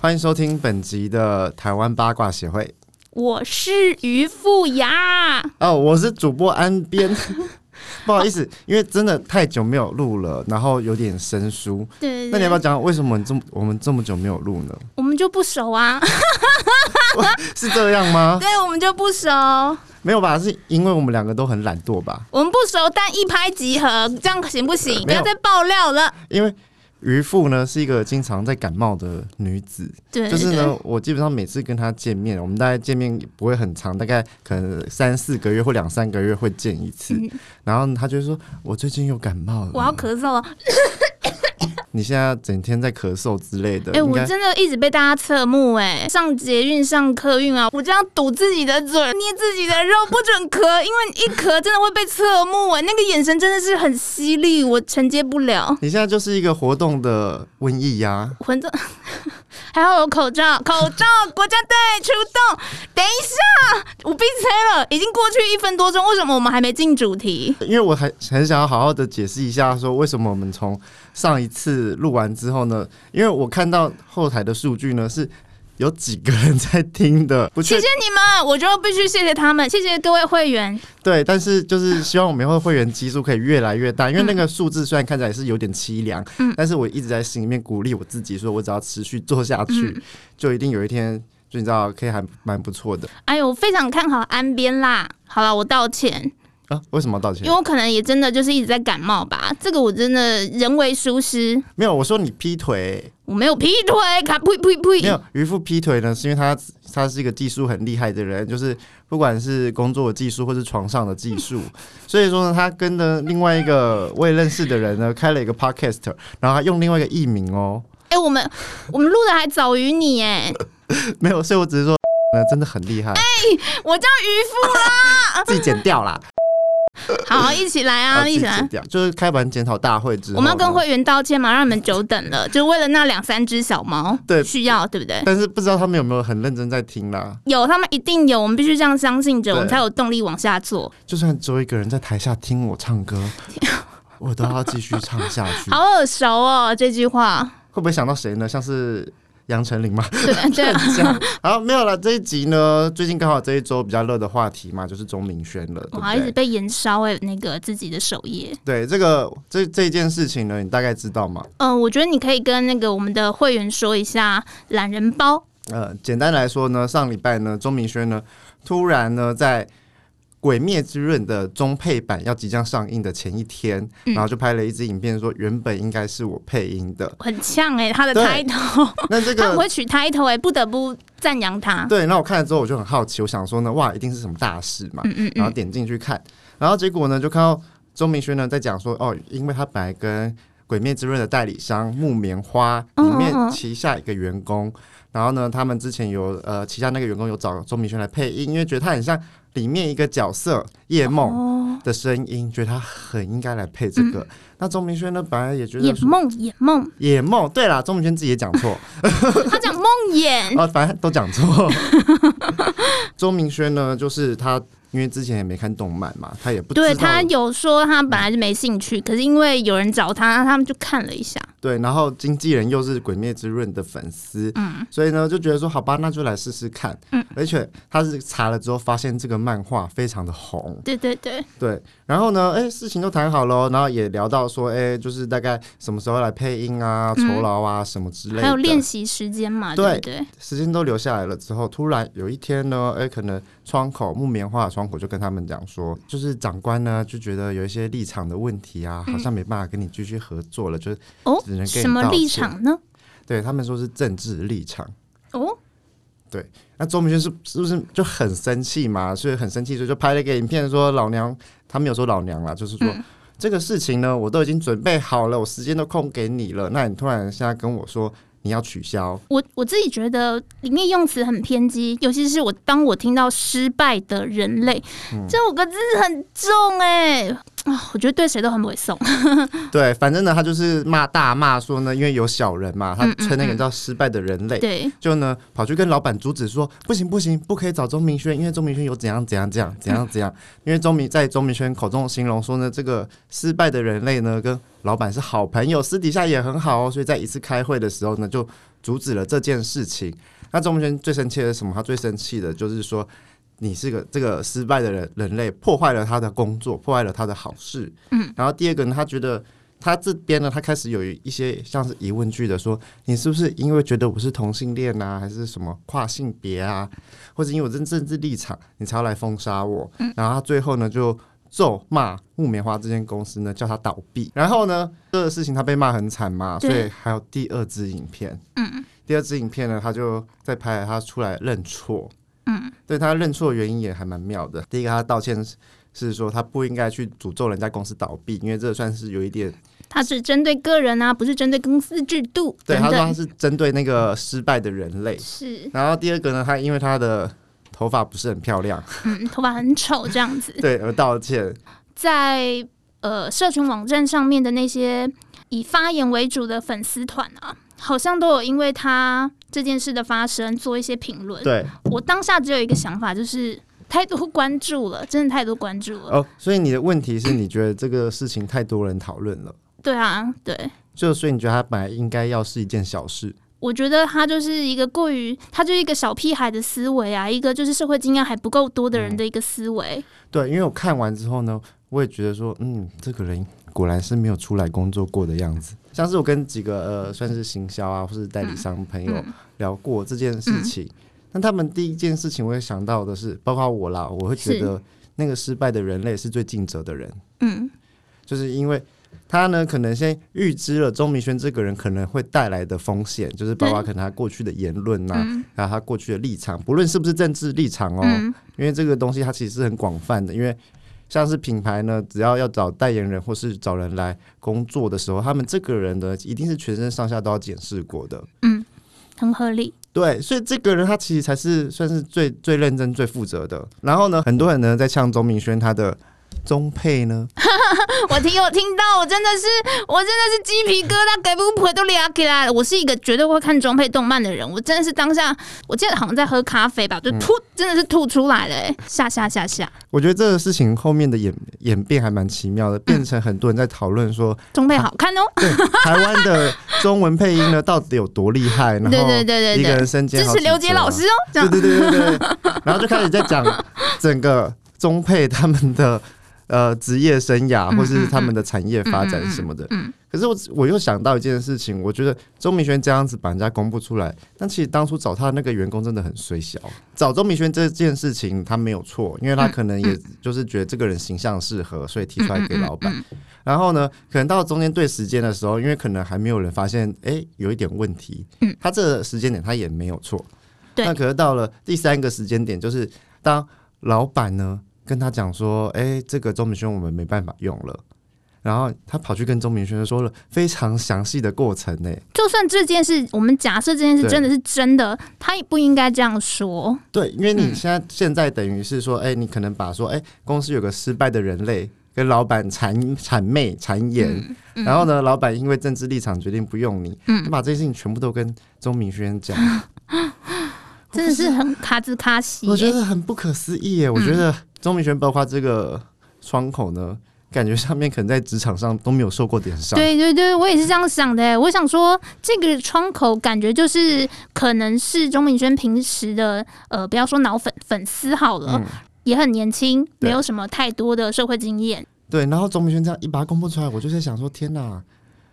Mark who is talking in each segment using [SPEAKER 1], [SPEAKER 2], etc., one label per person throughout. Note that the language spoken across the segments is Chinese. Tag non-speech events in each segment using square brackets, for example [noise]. [SPEAKER 1] 欢迎收听本集的台湾八卦协会。
[SPEAKER 2] 我是渔夫呀，
[SPEAKER 1] 哦，我是主播安边， [laughs] 不好意思，因为真的太久没有录了，然后有点生疏。
[SPEAKER 2] 对对对，
[SPEAKER 1] 那你要不要讲为什么你这么我们这么久没有录呢？
[SPEAKER 2] 我们就不熟啊，
[SPEAKER 1] 是这样吗？
[SPEAKER 2] [laughs] 对，我们就不熟，
[SPEAKER 1] 没有吧？是因为我们两个都很懒惰吧？
[SPEAKER 2] 我们不熟，但一拍即合，这样行不行？不
[SPEAKER 1] 没有
[SPEAKER 2] 要再爆料了。
[SPEAKER 1] 因为渔父呢是一个经常在感冒的女子，
[SPEAKER 2] 对，
[SPEAKER 1] 就是
[SPEAKER 2] 对
[SPEAKER 1] 呢，我基本上每次跟她见面，我们大概见面不会很长，大概可能三四个月或两三个月会见一次。
[SPEAKER 2] 嗯
[SPEAKER 1] 然后她就会说：“我最近又感冒了，
[SPEAKER 2] 我要咳嗽了。
[SPEAKER 1] 你现在整天在咳嗽之类的。
[SPEAKER 2] 哎、
[SPEAKER 1] 应
[SPEAKER 2] 我
[SPEAKER 1] 该
[SPEAKER 2] 真的一直被大家侧目哎、上捷运、上客运啊，我这样堵自己的嘴，捏自己的肉，不准咳，因为一咳真的会被侧目哎、那个眼神真的是很犀利，我承接不了。
[SPEAKER 1] 你现在就是一个活动的瘟疫呀、
[SPEAKER 2] 混着， [laughs] 还好有口罩，口罩，国家队出
[SPEAKER 1] [laughs]
[SPEAKER 2] 动。等一下，我闭嘴了，已经过去一分多钟，为什么我们还没进主题？
[SPEAKER 1] 因为我很很想要好好的解释一下，说为什么我们从上一次录完之后呢？因为我看到后台的数据呢是有几个人在听的，不
[SPEAKER 2] 谢
[SPEAKER 1] 确
[SPEAKER 2] 谢你们，我就必须谢谢他们，谢谢各位
[SPEAKER 1] [laughs]
[SPEAKER 2] 会员。
[SPEAKER 1] 对，但是就是希望我们以后会员基数可以越来越大，因为那个数字虽然看起来是有点凄凉，
[SPEAKER 2] 嗯
[SPEAKER 1] 但是我一直在心里面鼓励我自己，说我只要持续做下去，
[SPEAKER 2] 嗯
[SPEAKER 1] 就一定有一天。就你知道，可以还蛮不错的
[SPEAKER 2] 哎呦，我非常看好安边啦。好了，我道歉，
[SPEAKER 1] 啊！为什么要道歉
[SPEAKER 2] 因为？我可能也真的就是一直在感冒吧，这个我真的人为疏失，
[SPEAKER 1] 没有，我说你劈腿、
[SPEAKER 2] 我没有劈腿，卡呸呸呸
[SPEAKER 1] 没。有渔夫劈腿呢，是因为他他是一个技术很厉害的人，就是不管是工作的技术或是床上的技
[SPEAKER 2] [laughs]
[SPEAKER 1] 术，所以说呢，他跟呢另外一个我也认识的人呢开了一个 podcast，然后他用另外一个艺名哦，
[SPEAKER 2] 哎、我们我们录的还早于
[SPEAKER 1] [laughs]
[SPEAKER 2] 你哎，
[SPEAKER 1] 没有，所以我只是说 [laughs] 呢真的很厉害，
[SPEAKER 2] 啊我叫渔
[SPEAKER 1] [laughs]
[SPEAKER 2] 夫啦。
[SPEAKER 1] 自己剪掉啦，
[SPEAKER 2] 好，一起来 [laughs] 啊，
[SPEAKER 1] 自
[SPEAKER 2] 一
[SPEAKER 1] 己
[SPEAKER 2] 起来
[SPEAKER 1] 剪。掉，就是开完检讨大会之后呢，
[SPEAKER 2] 我们要跟会员道歉嘛，让你们久等了，就为了那两三只小猫，
[SPEAKER 1] 对
[SPEAKER 2] 需要对不对？
[SPEAKER 1] 但是不知道他们有没有很认真在听啦，
[SPEAKER 2] 有，他们一定有，我们必须这样相信着，
[SPEAKER 1] 对
[SPEAKER 2] 我们才有动力往下做。
[SPEAKER 1] 就算只有一个人在台下听我唱歌，
[SPEAKER 2] [laughs]
[SPEAKER 1] 我都要继续唱下去，
[SPEAKER 2] 好耳熟哦，这
[SPEAKER 1] [laughs]
[SPEAKER 2] 句话，
[SPEAKER 1] 会不会想到谁呢？像是杨丞
[SPEAKER 2] [laughs]
[SPEAKER 1] 琳吗？
[SPEAKER 2] 对对，
[SPEAKER 1] [laughs] 好，没有了。这一集呢，最近刚好这一周比较热的话题嘛，就是钟明轩了，对
[SPEAKER 2] 我
[SPEAKER 1] 不
[SPEAKER 2] 还一直
[SPEAKER 1] 对？
[SPEAKER 2] 被延烧哎，那个自己的首页。
[SPEAKER 1] 对，这个这这一件事情呢，你大概知道吗？
[SPEAKER 2] 嗯、我觉得你可以跟那个我们的会员说一下懒人包，
[SPEAKER 1] 呃，简单来说呢，上礼拜呢，钟明轩呢，突然呢，在《鬼灭之刃》的中配版要即将上映的前一天，
[SPEAKER 2] 嗯。
[SPEAKER 1] 然后就拍了一支影片，说原本应该是我配音的
[SPEAKER 2] 很呛哎、他的
[SPEAKER 1] 对
[SPEAKER 2] title，
[SPEAKER 1] 那这
[SPEAKER 2] 他很
[SPEAKER 1] 个
[SPEAKER 2] 会取 title 哎、不得不赞扬他。
[SPEAKER 1] 对，那我看了之后我就很好奇，我想说呢，哇，一定是什么大事嘛。
[SPEAKER 2] 嗯嗯
[SPEAKER 1] 然后
[SPEAKER 2] 嗯，
[SPEAKER 1] 点进去看，然后结果呢，就看到钟明轩呢在讲说，哦，因为他本来跟《鬼灭之刃》的代理商木棉花里
[SPEAKER 2] 嗯嗯
[SPEAKER 1] 面
[SPEAKER 2] 嗯
[SPEAKER 1] 旗下一个员工，然后呢，他们之前有呃旗下那个员工有找钟明轩来配音，因为觉得他很像里面一个角色夜梦
[SPEAKER 2] 哦，
[SPEAKER 1] 的声音，觉得他很应该来配这个。那钟明轩呢，本来也觉
[SPEAKER 2] 眼
[SPEAKER 1] 得说。
[SPEAKER 2] 梦眼梦，
[SPEAKER 1] 野梦，对啦，钟明轩自己也讲错，
[SPEAKER 2] [laughs] 他讲梦魇，
[SPEAKER 1] 哦，反正都讲错。 [laughs] 钟明轩呢，就是他，因为之前也没看动漫嘛，他也不知道
[SPEAKER 2] 对他有说他本来就没兴趣，可是因为有人找他，他们就看了一下。
[SPEAKER 1] 对，然后经纪人又是《鬼灭之刃》的粉丝，
[SPEAKER 2] 嗯，
[SPEAKER 1] 所以呢就觉得说好吧，那就来试试看。
[SPEAKER 2] 嗯，
[SPEAKER 1] 而且他是查了之后发现这个漫画非常的红，
[SPEAKER 2] 对对对，
[SPEAKER 1] 对。然后呢，哎，事情都谈好了，然后也聊到说，哎，就是大概什么时候来配音啊、
[SPEAKER 2] 嗯
[SPEAKER 1] 酬劳啊、什么之类的，
[SPEAKER 2] 还有练习时间嘛，对不对？
[SPEAKER 1] 时间都留下来了之后，突然有一天呢，哎，可能窗口木棉花的窗口就跟他们讲说，就是长官呢就觉得有一些立场的问题啊，
[SPEAKER 2] 嗯
[SPEAKER 1] 好像没办法跟你继续合作了，就是
[SPEAKER 2] 哦
[SPEAKER 1] 只能，跟你
[SPEAKER 2] 什么
[SPEAKER 1] 道
[SPEAKER 2] 立
[SPEAKER 1] 歉
[SPEAKER 2] 场呢？
[SPEAKER 1] 对他们说是政治立场。
[SPEAKER 2] 哦，
[SPEAKER 1] 那周明轩是是不是就很生气嘛？所以很生气，所以就拍了一个影片说老娘，他没有说老娘啦，就是说、
[SPEAKER 2] 嗯
[SPEAKER 1] 这个事情呢，我都已经准备好了，我时间都空给你了，那你突然现在跟我说你要取
[SPEAKER 2] [gasps]
[SPEAKER 1] 消，
[SPEAKER 2] 我我自己觉得里面用词很偏激，尤其
[SPEAKER 1] 嗯
[SPEAKER 2] 是我当我听到失败的人类、这五个字很重哎、啊，我觉得对谁都很猥琐。
[SPEAKER 1] 对，反正呢，他就是骂大骂说呢，因为有小人嘛，他
[SPEAKER 2] 嗯嗯
[SPEAKER 1] 称那个
[SPEAKER 2] 嗯
[SPEAKER 1] 人叫失败的人类，
[SPEAKER 2] 对，
[SPEAKER 1] 就呢跑去跟老板阻止说，不行不行，不可以找钟明轩，因为钟明轩有怎样怎样怎样怎样怎样，因为钟明在钟明轩口中形容说呢，这个失败的人类呢跟老板是好朋友，私底下也很好哦，所以在一次开会的时候呢，就阻止了这件事情。那钟明轩最生气的是什么？他最生气的就是说。你是个这个失败的人，人类破坏了他的工作，破坏了他的好事。嗯，然后第二个呢，他觉得他这边呢，他开始有一些像是疑问句的说，你是不是因为觉得我是同性恋啊，还是什么跨性别啊，或者因为我这政治立场，你才要来封杀我？然后他最后呢就咒骂木棉花这间公司呢，叫他倒闭。然后呢，这个事情他被骂很惨嘛，所
[SPEAKER 2] 对
[SPEAKER 1] 以还有第二支影片。嗯，第二支影片呢，他就在拍他出来认错。嗯，对他认错的原因也还蛮妙的。第一个，他道歉是是说他不应该去诅咒人家公司倒闭，因为这算是有一点
[SPEAKER 2] 他是针对个人啊，不是针对公司制度
[SPEAKER 1] 对，
[SPEAKER 2] 等
[SPEAKER 1] 他说他
[SPEAKER 2] 等。
[SPEAKER 1] 是针对那个失败的人类。
[SPEAKER 2] 是，
[SPEAKER 1] 然后第二个呢，他因为他的头发不是很漂亮，
[SPEAKER 2] 嗯，头发很丑这样子。
[SPEAKER 1] 对而道歉。
[SPEAKER 2] 在呃社群网站上面的那些以发言为主的粉丝团啊，好像都有因为他这件事的发生做一些评论。
[SPEAKER 1] 对
[SPEAKER 2] 我当下只有一个想法，就是太多关注了，真的太多关注了。
[SPEAKER 1] 哦，所以你的问题是你觉得这个事情太多人讨论了，
[SPEAKER 2] 对啊，对。
[SPEAKER 1] 就所以你觉得它本来应该要是一件小事。
[SPEAKER 2] 我觉得他就是一个过于，他就是一个小屁孩的思维啊，一个就是社会经验还不够多的人
[SPEAKER 1] 嗯
[SPEAKER 2] 的一个思维。
[SPEAKER 1] 对，因为我看完之后呢，我也觉得说，嗯，这个人果然是没有出来工作过的样子。像是我跟几个呃，算是行销啊，或是代理商朋友
[SPEAKER 2] 嗯
[SPEAKER 1] 聊过这件事情，那他们第一件事情我也想到的是，包括我啦，我会觉
[SPEAKER 2] 是
[SPEAKER 1] 得那个失败的人类是最尽责的人，
[SPEAKER 2] 嗯，
[SPEAKER 1] 就是因为。他呢，可能先预知了钟明轩这个人可能会带来的风险，就是包
[SPEAKER 2] 嗯
[SPEAKER 1] 括可能他过去的言论呐、还有他过去的立场，不论是不是政治立场哦，
[SPEAKER 2] 嗯，
[SPEAKER 1] 因为这个东西它其实是很广泛的，因为像是品牌呢，只要要找代言人或是找人来工作的时候，他们这个人呢，一定是全身上下都要检视过的。
[SPEAKER 2] 很合理。
[SPEAKER 1] 对，所以这个人他其实才是算是最最认真、最负责的。然后呢，很多人呢在呛钟明轩他的中配呢，
[SPEAKER 2] 我听有听到，我真的是，我真的是鸡皮疙瘩，给不回都俩起来了。我是一个绝对会看中配动漫的人，我真的是当下，我记得好像在喝咖啡吧，就
[SPEAKER 1] 嗯
[SPEAKER 2] 吐，真的是吐出来了、欸，吓吓吓吓！
[SPEAKER 1] 我觉得这个事情后面的演演变还蛮奇妙的，变成很多人在讨论说，
[SPEAKER 2] 中配好看哦，
[SPEAKER 1] 对台湾的中文配音呢到底有多厉害？然后
[SPEAKER 2] 对对对
[SPEAKER 1] 一
[SPEAKER 2] 对
[SPEAKER 1] 个
[SPEAKER 2] 对，
[SPEAKER 1] 人身兼
[SPEAKER 2] 支
[SPEAKER 1] 好
[SPEAKER 2] 持
[SPEAKER 1] 几
[SPEAKER 2] 刘杰
[SPEAKER 1] 责
[SPEAKER 2] 老
[SPEAKER 1] 啊
[SPEAKER 2] 师哦，这
[SPEAKER 1] 对对
[SPEAKER 2] 样
[SPEAKER 1] 对对 [laughs] 对，然后就开始在讲整个中配他们的呃职业生涯，
[SPEAKER 2] 嗯
[SPEAKER 1] 或是他们的产业发展什么的。可是我我又想到一件事情，我觉得钟明轩这样子把人家公布出来，但其实当初找他那个员工真的很衰小。找钟明轩这件事情他没有错，因为他可能也就是觉得这个人形象适合，所以提出来给老
[SPEAKER 2] 嗯
[SPEAKER 1] 板。然后呢，可能到中间对时间的时候，因为可能还没有人发现，哎、有一点问题。
[SPEAKER 2] 嗯
[SPEAKER 1] 他这个时间点他也没有错。
[SPEAKER 2] 对
[SPEAKER 1] 那可是到了第三个时间点，就是当老板呢跟他讲说：“哎、这个钟明轩我们没办法用了。”然后他跑去跟钟明轩说了非常详细的过程呢、
[SPEAKER 2] 就算这件事，我们假设这件事
[SPEAKER 1] 对
[SPEAKER 2] 真的是真的，他也不应该这样说。
[SPEAKER 1] 对，因为你现在、现在等于是说，哎、你可能把说，哎、公司有个失败的人类跟老板谄谄媚谗言，然后呢，老板因为政治立场决定不用你，他把这些事情全部都跟钟明轩讲，
[SPEAKER 2] 真的是很卡兹卡西耶、
[SPEAKER 1] 我觉得很不可思议
[SPEAKER 2] 嗯
[SPEAKER 1] 耶！我觉得钟明轩包括这个窗口呢，感觉上面可能在职场上都没有受过点伤。
[SPEAKER 2] 对对对，我也是这样想的耶。欸我想说，这个窗口感觉就是可能是钟明轩平时的呃，不要说脑粉粉丝好了，也很年轻，
[SPEAKER 1] 嗯对
[SPEAKER 2] 没有什么太多的社会经验。
[SPEAKER 1] 对然后钟明轩这样一把他公布出来，我就在想说：天哪！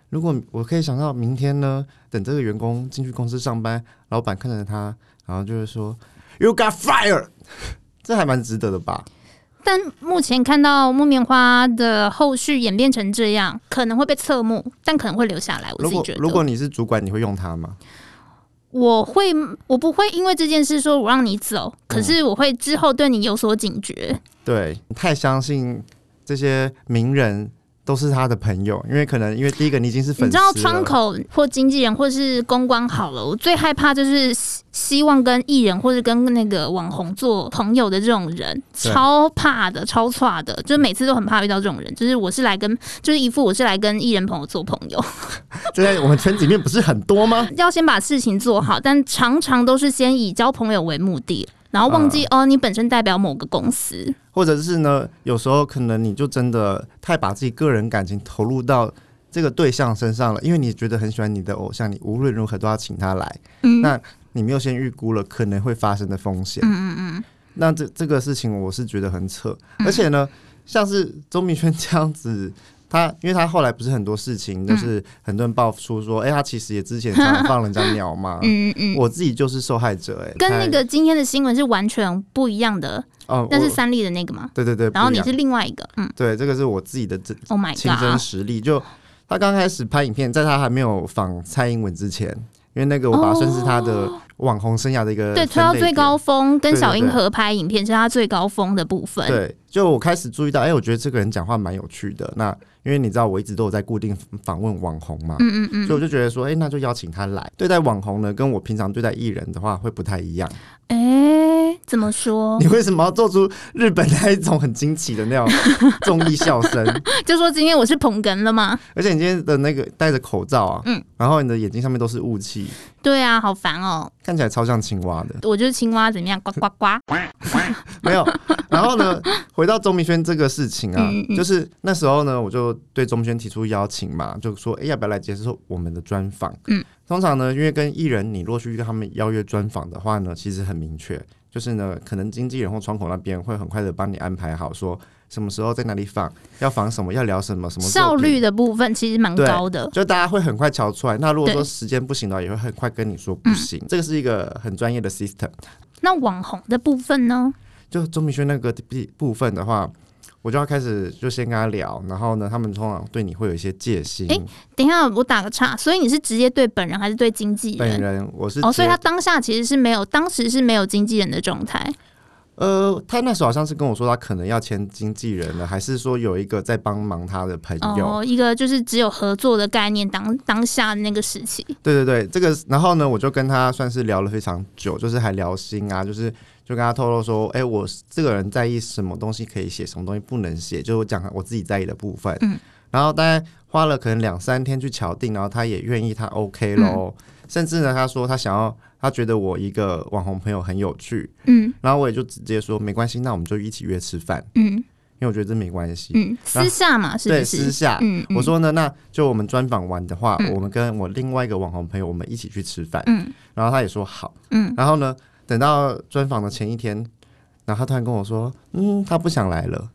[SPEAKER 1] 如果我可以想到明天呢，等这个员工进去公司上班，老板看着他，然后就是说 “You got fire”，这还 [laughs] 蛮值得的吧？
[SPEAKER 2] 但目前看到木棉花的后续演变成这样，可能会被侧目，但可能会留下来。我
[SPEAKER 1] 如
[SPEAKER 2] 自己
[SPEAKER 1] 果
[SPEAKER 2] 觉得，
[SPEAKER 1] 如果你是主管，你会用它吗？
[SPEAKER 2] 我会，我不会因为这件事说我让你走，
[SPEAKER 1] 嗯
[SPEAKER 2] 可是我会之后对你有所警觉。
[SPEAKER 1] 对，你太相信这些名人都是他的朋友，因为可能因为第一个你已经是粉丝了，
[SPEAKER 2] 你知道窗口或经纪人或是公关好了，我最害怕就是希希望跟艺人或者跟那个网红做朋友的这种人，
[SPEAKER 1] 对
[SPEAKER 2] 超怕的，超差的，就是每次都很怕遇到这种人。就是我是来跟，就是一副我是来跟艺人朋友做朋友， [laughs]
[SPEAKER 1] 这在我们圈子里面不是很多吗？
[SPEAKER 2] 要先把事情做好，但常常都是先以交朋友为目的，然后忘
[SPEAKER 1] 嗯
[SPEAKER 2] 记、哦，你本身代表某个公司，
[SPEAKER 1] 或者是呢，有时候可能你就真的太把自己个人感情投入到这个对象身上了，因为你觉得很喜欢你的偶像，你无论如何都要请他来，
[SPEAKER 2] 嗯
[SPEAKER 1] 那你没有先预估了可能会发生的风险。嗯嗯嗯。那这这个事情我是觉得很扯，
[SPEAKER 2] 嗯
[SPEAKER 1] 而且呢，像是周明轩这样子。他，因为他后来不是很多事
[SPEAKER 2] 嗯
[SPEAKER 1] 情，就是很多人爆出说，哎、他其实也之前常常放人家鸟嘛。
[SPEAKER 2] 嗯嗯嗯，
[SPEAKER 1] 我自己就是受害者、哎，
[SPEAKER 2] 跟
[SPEAKER 1] 他
[SPEAKER 2] 那个今天的新闻是完全不一样的，
[SPEAKER 1] 哦，
[SPEAKER 2] 那是
[SPEAKER 1] 我
[SPEAKER 2] 三立的那个吗？
[SPEAKER 1] 对对对，
[SPEAKER 2] 然后
[SPEAKER 1] 不一
[SPEAKER 2] 你
[SPEAKER 1] 样
[SPEAKER 2] 是另外一个，嗯
[SPEAKER 1] 对，这个是我自己的真
[SPEAKER 2] ，Oh my
[SPEAKER 1] 亲身
[SPEAKER 2] god，
[SPEAKER 1] 实力。就他刚开始拍影片，在他还没有仿蔡英文之前，因为那个我把它算是他的网红生涯的一个
[SPEAKER 2] 哦对，
[SPEAKER 1] 分
[SPEAKER 2] 推到
[SPEAKER 1] 类
[SPEAKER 2] 最
[SPEAKER 1] 点
[SPEAKER 2] 高峰，
[SPEAKER 1] 对
[SPEAKER 2] 跟
[SPEAKER 1] 对
[SPEAKER 2] 小樱
[SPEAKER 1] 对
[SPEAKER 2] 合拍影片是他最高峰的部分。
[SPEAKER 1] 对，就我开始注意到，哎、我觉得这个人讲话蛮有趣的。那因为你知道，我一直都有在固定访问网红嘛，
[SPEAKER 2] 嗯嗯嗯，
[SPEAKER 1] 所以我就觉得说，哎、那就邀请他来。对待网红呢，跟我平常对待艺人的话会不太一样。
[SPEAKER 2] 哎、怎么说？
[SPEAKER 1] 你为什么要做出日本那一种很惊奇的那种综艺笑声？
[SPEAKER 2] [laughs] 就说今天我是捧哏了吗？
[SPEAKER 1] 而且你今天的那个戴着口罩啊，
[SPEAKER 2] 嗯
[SPEAKER 1] 然后你的眼睛上面都是雾气，
[SPEAKER 2] 对啊，好烦哦、
[SPEAKER 1] 看起来超像青蛙的。 [laughs]
[SPEAKER 2] 我就是青蛙，怎么样？呱呱呱！
[SPEAKER 1] 没有。然后呢，回到周明轩这个事情啊，
[SPEAKER 2] 嗯嗯
[SPEAKER 1] 就是那时候呢，我就对周明轩提出邀请嘛，就说，哎、要不要来接受我们的专访？
[SPEAKER 2] 嗯，
[SPEAKER 1] 通常呢，因为跟艺人，你若去跟他们邀约专访的话呢，其实很明确，就是呢，可能经纪人或窗口那边会很快的帮你安排好，说什么时候在哪里访，要访什么，要聊什么，什么作
[SPEAKER 2] 效
[SPEAKER 1] 品
[SPEAKER 2] 率的部分其实蛮
[SPEAKER 1] 对
[SPEAKER 2] 高 [laughs] 的。
[SPEAKER 1] 就大家会很快瞧出来。那如果
[SPEAKER 2] 对嗯
[SPEAKER 1] 说时间不行的话，也会很快跟你说不行。这个是一个很专业的 system。
[SPEAKER 2] 那网红的部分呢？
[SPEAKER 1] 就钟明轩那个部部分的话，我就要开始就先跟他聊，然后呢，他们通常对你会有一些戒心。
[SPEAKER 2] 诶等一下，我打个岔。所以你是直接对本人还是对经纪
[SPEAKER 1] 本
[SPEAKER 2] 人？
[SPEAKER 1] 人我是
[SPEAKER 2] 哦，所以
[SPEAKER 1] 觉
[SPEAKER 2] 他
[SPEAKER 1] 得
[SPEAKER 2] 当下其实是没有，当时是没有经纪人的状态。
[SPEAKER 1] 呃，他那时候好像是跟我说他可能要签经纪人了，还是说有一个在帮忙他的朋友？
[SPEAKER 2] 哦，一个就是只有合作的概念，当当下那个时期。
[SPEAKER 1] 对对对，这个然后呢，我就跟他算是聊了非常久，就是还聊心啊，就是就跟他透露说，哎、我这个人在意什么东西可以写，什么东西不能写，就我讲我自己在意的部分。
[SPEAKER 2] 嗯
[SPEAKER 1] 然后大概花了可能两三天去敲定，然后他也愿意，他 OK 咯。
[SPEAKER 2] 嗯
[SPEAKER 1] 甚至呢，他说他想要，他觉得我一个网红朋友很有趣，
[SPEAKER 2] 嗯
[SPEAKER 1] 然后我也就直接说没关系，那我们就一起约吃饭，
[SPEAKER 2] 嗯
[SPEAKER 1] 因为我觉得这没关系。
[SPEAKER 2] 嗯，私下嘛，是
[SPEAKER 1] 对，
[SPEAKER 2] 不
[SPEAKER 1] 私
[SPEAKER 2] 是？
[SPEAKER 1] 下。
[SPEAKER 2] 嗯，嗯
[SPEAKER 1] 我说呢，那就我们专访完的话，
[SPEAKER 2] 嗯
[SPEAKER 1] 我们跟我另外一个网红朋友，我们一起去吃饭。
[SPEAKER 2] 嗯
[SPEAKER 1] 然后他也说好，
[SPEAKER 2] 嗯，
[SPEAKER 1] 然后呢，等到专访的前一天，然后他突然跟我说，嗯，他不想来了。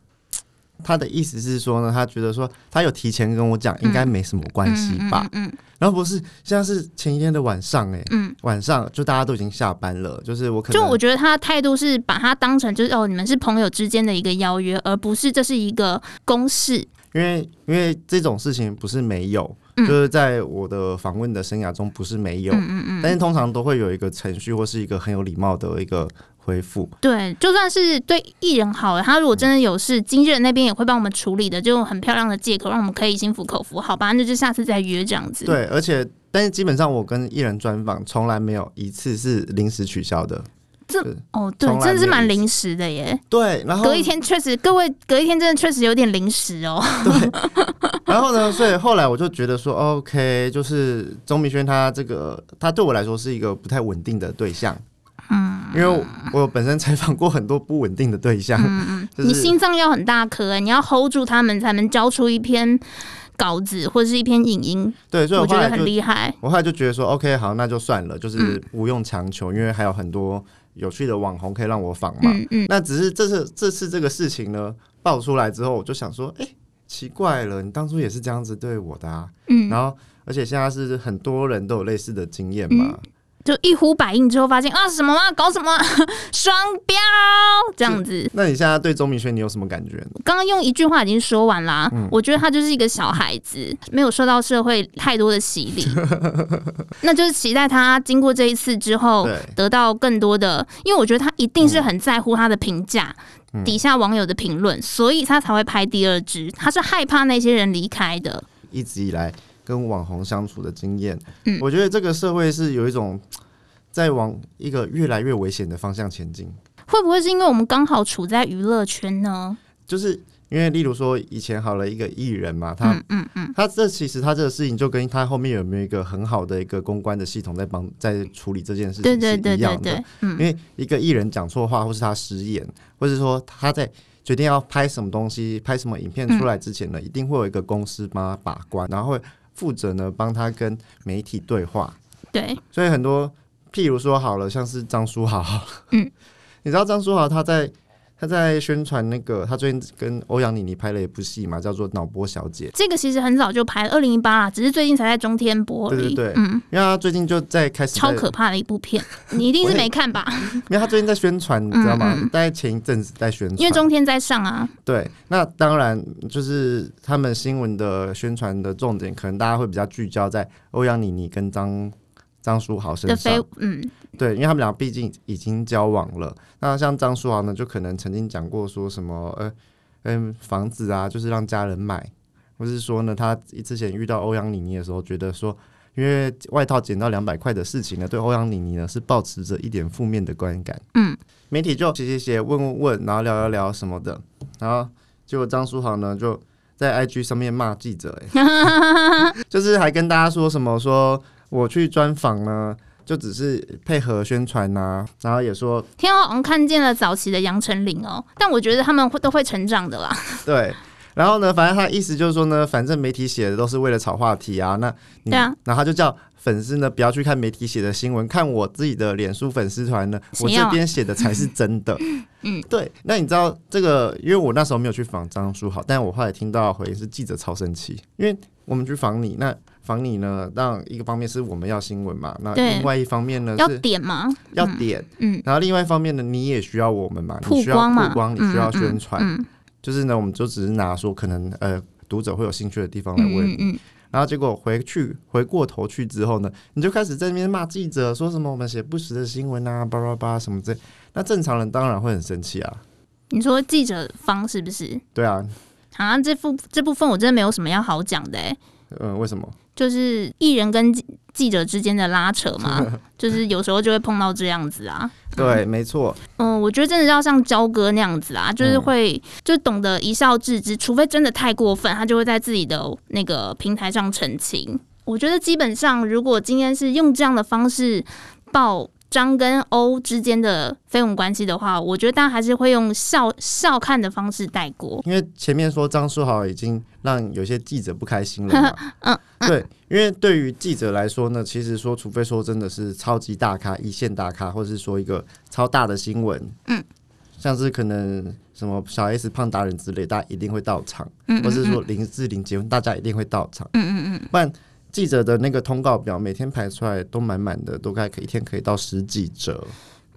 [SPEAKER 1] 他的意思是说呢，他觉得说他有提前跟我讲，应该没什么关系吧。
[SPEAKER 2] 嗯嗯
[SPEAKER 1] 然后不是，现在是前一天的晚上、欸，哎，
[SPEAKER 2] 嗯
[SPEAKER 1] 晚上就大家都已经下班了，就是我可能
[SPEAKER 2] 就我觉得他的态度是把他当成就是哦，你们是朋友之间的一个邀约，而不是这是一个公事。
[SPEAKER 1] 因为因为这种事情不是没有，
[SPEAKER 2] 嗯
[SPEAKER 1] 就是在我的访问的生涯中不是没有，
[SPEAKER 2] 嗯嗯嗯，
[SPEAKER 1] 但是通常都会有一个程序或是一个很有礼貌的一个回复。
[SPEAKER 2] 对，就算是对艺人好了，他如果真的有事，经纪人那边也会帮我们处理的，就用很漂亮的借口让我们可以心服口服。好吧，那就下次再约这样子。，
[SPEAKER 1] 对，而且但是基本上我跟艺人专访从来没有一次是临时取消的。
[SPEAKER 2] 哦，对
[SPEAKER 1] 从，来
[SPEAKER 2] 真的是
[SPEAKER 1] 没有
[SPEAKER 2] 蛮
[SPEAKER 1] 一次
[SPEAKER 2] 临时的耶。
[SPEAKER 1] 对，然后
[SPEAKER 2] 隔一天确实，各位隔一天真的确实有点临时哦。
[SPEAKER 1] 对，然后呢，所以后来我就觉得说，OK，就是钟明轩他这个他对我来说是一个不太稳定的对象。嗯，因为我本身采访过很多不稳定的对象， [laughs] 就
[SPEAKER 2] 嗯你
[SPEAKER 1] 是
[SPEAKER 2] 心脏要很大颗、欸，你要 hold 住他们，才能交出一篇稿子或者是一篇影音，
[SPEAKER 1] 对，所以
[SPEAKER 2] 我
[SPEAKER 1] 我后
[SPEAKER 2] 觉得
[SPEAKER 1] 来
[SPEAKER 2] 很
[SPEAKER 1] 就
[SPEAKER 2] 厉害。
[SPEAKER 1] 我后来就觉得说，OK，好，那就算
[SPEAKER 2] 嗯
[SPEAKER 1] 了，就是不用强求，因为还有很多有趣的网红可以让我访嘛。
[SPEAKER 2] 嗯嗯，
[SPEAKER 1] 那只是这次这次这个事情呢爆出来之后，我就想说，哎、奇怪了，你当初也是这样子对我的啊。
[SPEAKER 2] 嗯
[SPEAKER 1] 然后，而且现在是很多人都有类似的经验嘛。
[SPEAKER 2] 就一呼百应之后，发现啊什么啊搞什么啊 [laughs] 双标这样子。
[SPEAKER 1] 那你现在对钟明轩你有什么感觉呢？
[SPEAKER 2] 刚刚用一句话已经说完啦、
[SPEAKER 1] 嗯
[SPEAKER 2] 我觉得他就是一个小孩子，没有受到社会太多的
[SPEAKER 1] [laughs]
[SPEAKER 2] 洗礼，那就是期待他经过这一次之后
[SPEAKER 1] 对嗯
[SPEAKER 2] 得到更多的，因为我觉得他一定是很在乎他的评价。底下网友的评论，所以他才会拍第二支。他是害怕那些人离开的，
[SPEAKER 1] 一直以来跟网红相处的经验，
[SPEAKER 2] 嗯
[SPEAKER 1] 我觉得这个社会是有一种在往一个越来越危险的方向前进，
[SPEAKER 2] 会不会是因为我们刚好处在娱乐圈呢？
[SPEAKER 1] 就是因为例如说以前好了一个艺人嘛，他嗯嗯，他这其实他这个事情就跟他后面有没有一个很好的一个公关的系统在帮在处理这件事情
[SPEAKER 2] 对
[SPEAKER 1] 是
[SPEAKER 2] 对对
[SPEAKER 1] 一
[SPEAKER 2] 对
[SPEAKER 1] 样的，
[SPEAKER 2] 对，嗯，
[SPEAKER 1] 因为一个艺人讲错话，或是他失言，或是说他在决定要拍什么东西、拍什么影片出来之前呢，
[SPEAKER 2] 嗯
[SPEAKER 1] 一定会有一个公司帮他把关，然后会负责呢帮他跟媒体对话。
[SPEAKER 2] 对，
[SPEAKER 1] 所以很多，譬如说好了，像是张书豪， [laughs]
[SPEAKER 2] 嗯，
[SPEAKER 1] 你知道张书豪他在他在宣传那个他最近跟欧阳妮妮拍了一部戏嘛，叫做《脑波小姐》。
[SPEAKER 2] 这个其实很早就拍了，二零一八啦，只是最近才在中天播而
[SPEAKER 1] 对
[SPEAKER 2] 已。
[SPEAKER 1] 对对，
[SPEAKER 2] 嗯，
[SPEAKER 1] 因为他最近就在开始在
[SPEAKER 2] 超可怕的一部片，你一定是
[SPEAKER 1] 我也
[SPEAKER 2] 没看吧？
[SPEAKER 1] 因为他最近在宣传，你知道吗？
[SPEAKER 2] 嗯嗯嗯
[SPEAKER 1] 大概前一阵子在宣传，
[SPEAKER 2] 因为中天在上啊，
[SPEAKER 1] 对，那当然就是他们新闻的宣传的重点，可能大家会比较聚焦在欧阳妮妮跟张张书豪身
[SPEAKER 2] 的非
[SPEAKER 1] 上。
[SPEAKER 2] 嗯，
[SPEAKER 1] 对，因为他们俩毕竟已经交往了。那像张书豪呢，就可能曾经讲过说什么，呃，嗯、房子啊，就是让家人买，或是说呢，他之前遇到欧阳妮妮的时候，觉得说。因为外套捡到两百块的事情呢，对欧阳妮妮呢是保持着一点负面的观感。
[SPEAKER 2] 嗯，
[SPEAKER 1] 媒体就写写写，问问问，然后聊聊聊什么的，然后结果张书豪呢就在 IG 上面骂记者、欸，就是还跟大家说什么说我去专访呢，就只是配合宣传呐、然后也说 [laughs]
[SPEAKER 2] 天后好像看见了早期的杨丞琳哦，但我觉得他们会都会成长的啦。
[SPEAKER 1] 对。然后呢，反正他意思就是说呢，反正媒体写的都是为了炒话题啊。那你，
[SPEAKER 2] 对啊
[SPEAKER 1] 然后他就叫粉丝呢不要去看媒体写的新闻，看我自己的脸书粉丝团呢，我
[SPEAKER 2] 谁要啊
[SPEAKER 1] 这边写的才是真
[SPEAKER 2] [laughs]
[SPEAKER 1] 的。嗯，对。那你知道这个？因为我那时候没有去访张书豪，但我后来听到的回应是记者超生气，因为我们去访你，那访你呢，让一个方面是我们要新闻嘛，那
[SPEAKER 2] 对
[SPEAKER 1] 另外一方面呢
[SPEAKER 2] 要
[SPEAKER 1] 是
[SPEAKER 2] 点吗？
[SPEAKER 1] 要点，
[SPEAKER 2] 嗯
[SPEAKER 1] 然后另外一方面呢，你也需要我们嘛，
[SPEAKER 2] 曝
[SPEAKER 1] 你需要
[SPEAKER 2] 光嘛，
[SPEAKER 1] 曝光，你需要
[SPEAKER 2] 嗯
[SPEAKER 1] 宣传，
[SPEAKER 2] 嗯
[SPEAKER 1] 就是呢，我们就只是拿说可能呃读者会有兴趣的地方来问
[SPEAKER 2] 嗯
[SPEAKER 1] 你，
[SPEAKER 2] 嗯
[SPEAKER 1] 然后结果回去回过头去之后呢，你就开始在那边骂记者，说什么我们写不实的新闻啊，叭叭叭什么之类。那正常人当然会很生气啊，
[SPEAKER 2] 你说记者方是不是？
[SPEAKER 1] 对啊，
[SPEAKER 2] 啊，这部这部分我真的没有什么要好讲的、欸，
[SPEAKER 1] 嗯、为什么？
[SPEAKER 2] 就是艺人跟记记者之间的拉扯嘛，
[SPEAKER 1] [laughs]
[SPEAKER 2] 就是有时候就会碰到这样子啊。 [laughs]
[SPEAKER 1] 对，没错，
[SPEAKER 2] 嗯，我觉得真的要像焦哥那样子啊，就是
[SPEAKER 1] 嗯
[SPEAKER 2] 会、就懂得一笑置之，除非真的太过分，他就会在自己的那个平台上澄清。我觉得基本上，如果今天是用这样的方式报张跟欧之间的绯闻关系的话，我觉得大家还是会用笑笑看的方式带过。
[SPEAKER 1] 因为前面说张书豪已经让有些记者不开心 [laughs] 了嘛，对，因为对于记者来说呢，其实说，除非说真的是超级大咖、一线大咖，或是说一个超大的新闻，嗯，像是可能什么小 S 胖达人之类，大家一定会到场，或是说林志玲结婚，大家一定会到场，嗯嗯嗯，不然。记者的那个通告表每天排出来都满满的，都该可以一天可以到十几折，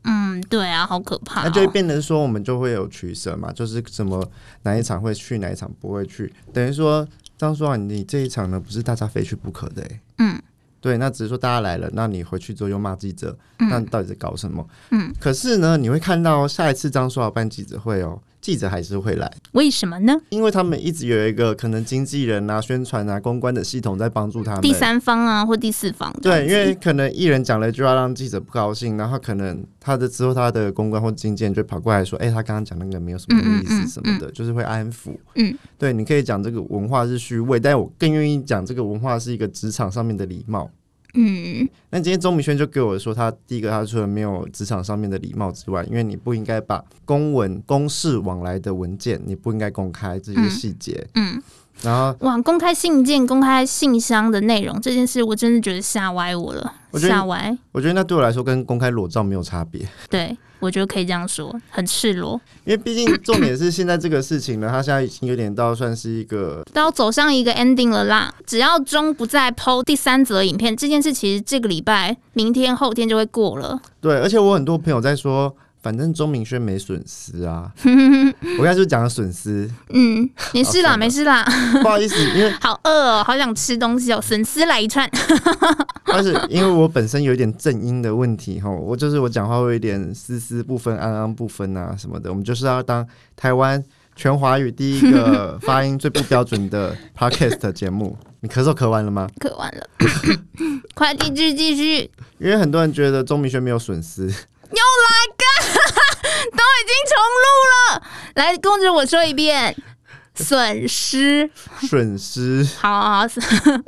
[SPEAKER 2] 嗯，对啊，好可怕、
[SPEAKER 1] 那就会
[SPEAKER 2] 哦。
[SPEAKER 1] 变成说我们就会有取舍嘛，就是什么哪一场会去，哪一场不会去，等于说张书豪你这一场呢不是大家非去不可的、欸，
[SPEAKER 2] 嗯，
[SPEAKER 1] 对，那只是说大家来了，那你回去之后又骂记者，
[SPEAKER 2] 嗯
[SPEAKER 1] 那你到底在搞什么？嗯，可是呢，你会看到下一次张书豪办记者会哦，记者还是会来，
[SPEAKER 2] 为什么呢？
[SPEAKER 1] 因为他们一直有一个可能经纪人啊、宣传啊、公关的系统在帮助他们。
[SPEAKER 2] 第三方啊，或第四方这样
[SPEAKER 1] 对，
[SPEAKER 2] 子？
[SPEAKER 1] 因为可能艺人讲了一句话让记者不高兴，然后可能他的之后他的公关或经纪人就跑过来说：“哎、他刚刚讲那个没有什么意思什么的，就是会安抚。”
[SPEAKER 2] 嗯，
[SPEAKER 1] 对，你可以讲这个文化是虚伪，但我更愿意讲这个文化是一个职场上面的礼貌。
[SPEAKER 2] 嗯，
[SPEAKER 1] 那今天钟明轩就给我说他，第一个他除了没有职场上面的礼貌之外，因为你不应该把公文、公事往来的文件，你不应该公开这些细节。嗯，然后
[SPEAKER 2] 哇，公开信件、公开信箱的内容这件事，我真的觉得吓歪我了，
[SPEAKER 1] 我觉得
[SPEAKER 2] 吓歪。
[SPEAKER 1] 我觉得那对我来说跟公开裸照没有差别，
[SPEAKER 2] 对，我觉得可以这样说，很赤裸，
[SPEAKER 1] 因为毕竟重点是现在这个事情呢，它现在已经有点到算是一个
[SPEAKER 2] 都要走上一个 ending 了啦。只要中不再剖第三则影片，这件事其实这个礼拜、明天、后天就会
[SPEAKER 1] [laughs]
[SPEAKER 2] 过了。
[SPEAKER 1] 对，而且我很多朋友在说。反正钟明轩没损失啊，我刚才是不是讲了损失，
[SPEAKER 2] 嗯，没事
[SPEAKER 1] 好
[SPEAKER 2] 啦，
[SPEAKER 1] 算了
[SPEAKER 2] 没事啦。
[SPEAKER 1] 不好意思，因为
[SPEAKER 2] 好饿哦，好想吃东西哦，粉丝来
[SPEAKER 1] [laughs]
[SPEAKER 2] 一串。
[SPEAKER 1] 但是因为我本身有一点正音的问题哈，我就是我讲话会有一点丝丝不分、安安不分啊什么的。我们就是要当台湾全华语第一个发音最不标准的 podcast 节目。你咳嗽咳完了吗？
[SPEAKER 2] 渴完了，快继续继续，
[SPEAKER 1] 因为很多人觉得钟明轩没有损失，
[SPEAKER 2] [laughs] 已经重录了，来跟着我说一遍。损失，
[SPEAKER 1] 损失
[SPEAKER 2] 好好 [laughs] 好，损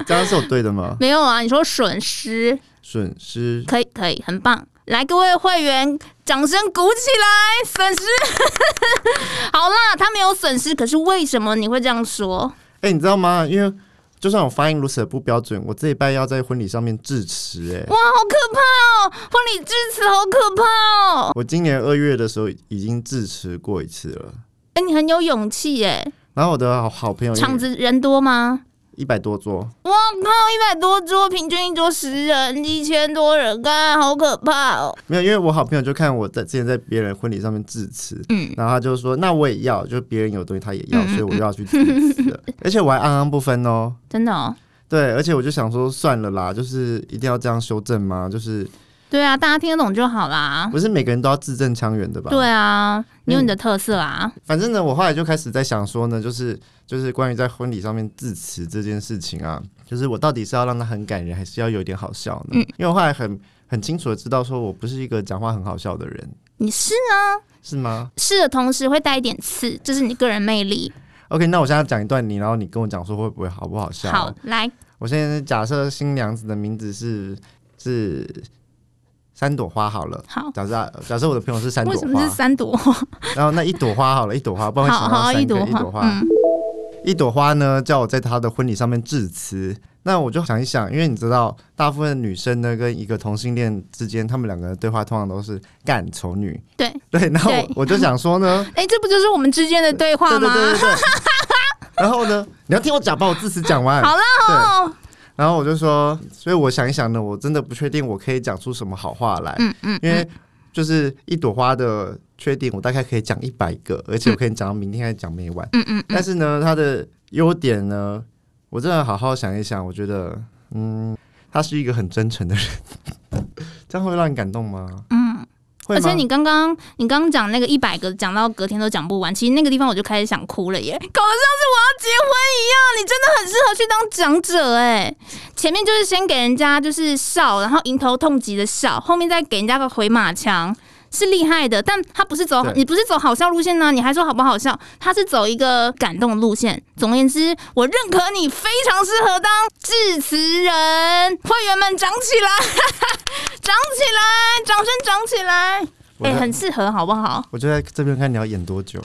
[SPEAKER 1] 这样是有对的吗？
[SPEAKER 2] 没有啊？你说损失，
[SPEAKER 1] 损失
[SPEAKER 2] 可以可以，很棒！来，各位会员，掌声鼓起来！损失， [laughs] 好啦，他没有损失，可是为什么你会这样说？
[SPEAKER 1] 哎、你知道吗？因为就算我发音如此的不标准，我这一拜要在婚礼上面致辞哎、
[SPEAKER 2] 哇，好可怕哦！婚礼致辞好可怕哦！
[SPEAKER 1] 我今年二月的时候已经致辞过一次了，
[SPEAKER 2] 哎、你很有勇气耶！
[SPEAKER 1] 然后我的好好朋友
[SPEAKER 2] 场子人多吗？
[SPEAKER 1] 一百多桌。
[SPEAKER 2] 哇靠！一百多桌，平均一桌十人，一千多人，干好可怕哦！
[SPEAKER 1] 没有，因为我好朋友就看我在之前在别人婚礼上面致辞，
[SPEAKER 2] 嗯
[SPEAKER 1] 然后他就说那我也要，就别人有东西他也要，所以我就要去致辞了，而且我还安安不分哦。
[SPEAKER 2] 真的哦，
[SPEAKER 1] 对，而且我就想说算了啦，就是一定要这样修正吗？就是
[SPEAKER 2] 对啊，大家听得懂就好啦。
[SPEAKER 1] 不是每个人都要字正腔圆的吧？
[SPEAKER 2] 对啊，你有你的特色啊。
[SPEAKER 1] 反正呢，我后来就开始在想说呢，就是就是关于在婚礼上面致辞这件事情啊，就是我到底是要让它很感人，还是要有一点好笑呢？
[SPEAKER 2] 嗯
[SPEAKER 1] 因为我后来很很清楚的知道，说我不是一个讲话很好笑的人，
[SPEAKER 2] 你是
[SPEAKER 1] 是吗？
[SPEAKER 2] 是的同时会带一点刺，这是你个人魅力。
[SPEAKER 1] OK，那我现在讲一段你，然后你跟我讲说会不会好不好笑？啊
[SPEAKER 2] 好，来，
[SPEAKER 1] 我现在假设新娘子的名字是是三朵花好了。
[SPEAKER 2] 好，
[SPEAKER 1] 假设假设我的朋友是三朵
[SPEAKER 2] 为什么
[SPEAKER 1] 花
[SPEAKER 2] 是，三朵 [laughs] 花？
[SPEAKER 1] 然后那一朵花好了，一朵花，不然会
[SPEAKER 2] 好
[SPEAKER 1] 想到
[SPEAKER 2] 好，
[SPEAKER 1] 三个
[SPEAKER 2] 朵
[SPEAKER 1] 一朵花，
[SPEAKER 2] 嗯，
[SPEAKER 1] 一朵花呢叫我在她的婚礼上面致辞。那我就想一想，因为你知道，大部分女生呢跟一个同性恋之间，他们两个的对话通常都是干丑女，
[SPEAKER 2] 对
[SPEAKER 1] [laughs] 对。然后我
[SPEAKER 2] 对
[SPEAKER 1] 我就想说呢，
[SPEAKER 2] 哎、这不就是我们之间的对话吗？ [laughs]
[SPEAKER 1] 对对对对对。然后呢，你要听我讲，把我致辞讲完。
[SPEAKER 2] 好啦
[SPEAKER 1] 对。
[SPEAKER 2] 哦，
[SPEAKER 1] 然后我就说，所以我想一想呢，我真的不确定我可以讲出什么好话来，
[SPEAKER 2] 嗯嗯，
[SPEAKER 1] 因为就是一朵花的缺点，我大概可以讲一百个，而且我可以讲到明天还讲没完。
[SPEAKER 2] 嗯嗯
[SPEAKER 1] 但是呢，它的优点呢，我真的好好想一想，我觉得，嗯，他是一个很真诚的人， [laughs] 这样会让你感动吗？
[SPEAKER 2] 嗯。
[SPEAKER 1] 会
[SPEAKER 2] 而且
[SPEAKER 1] 吗？
[SPEAKER 2] 你刚刚你刚刚讲那个一百个，讲到隔天都讲不完，其实那个地方我就开始想哭了耶，搞得像是我要结婚一样。你真的很适合去当长者哎，前面就是先给人家就是笑，然后迎头痛击的笑，后面再给人家个回马枪。是厉害的，但他不是走
[SPEAKER 1] 对
[SPEAKER 2] 你不是走好笑路线呢、你还说好不好笑？他是走一个感动的路线。总而言之，我认可你非常适合当致辞人，会员们长起来，长起来，掌声长起来！
[SPEAKER 1] 我
[SPEAKER 2] 哎、
[SPEAKER 1] 在
[SPEAKER 2] 很适合，好不好？
[SPEAKER 1] 我就在这边看你要演多久。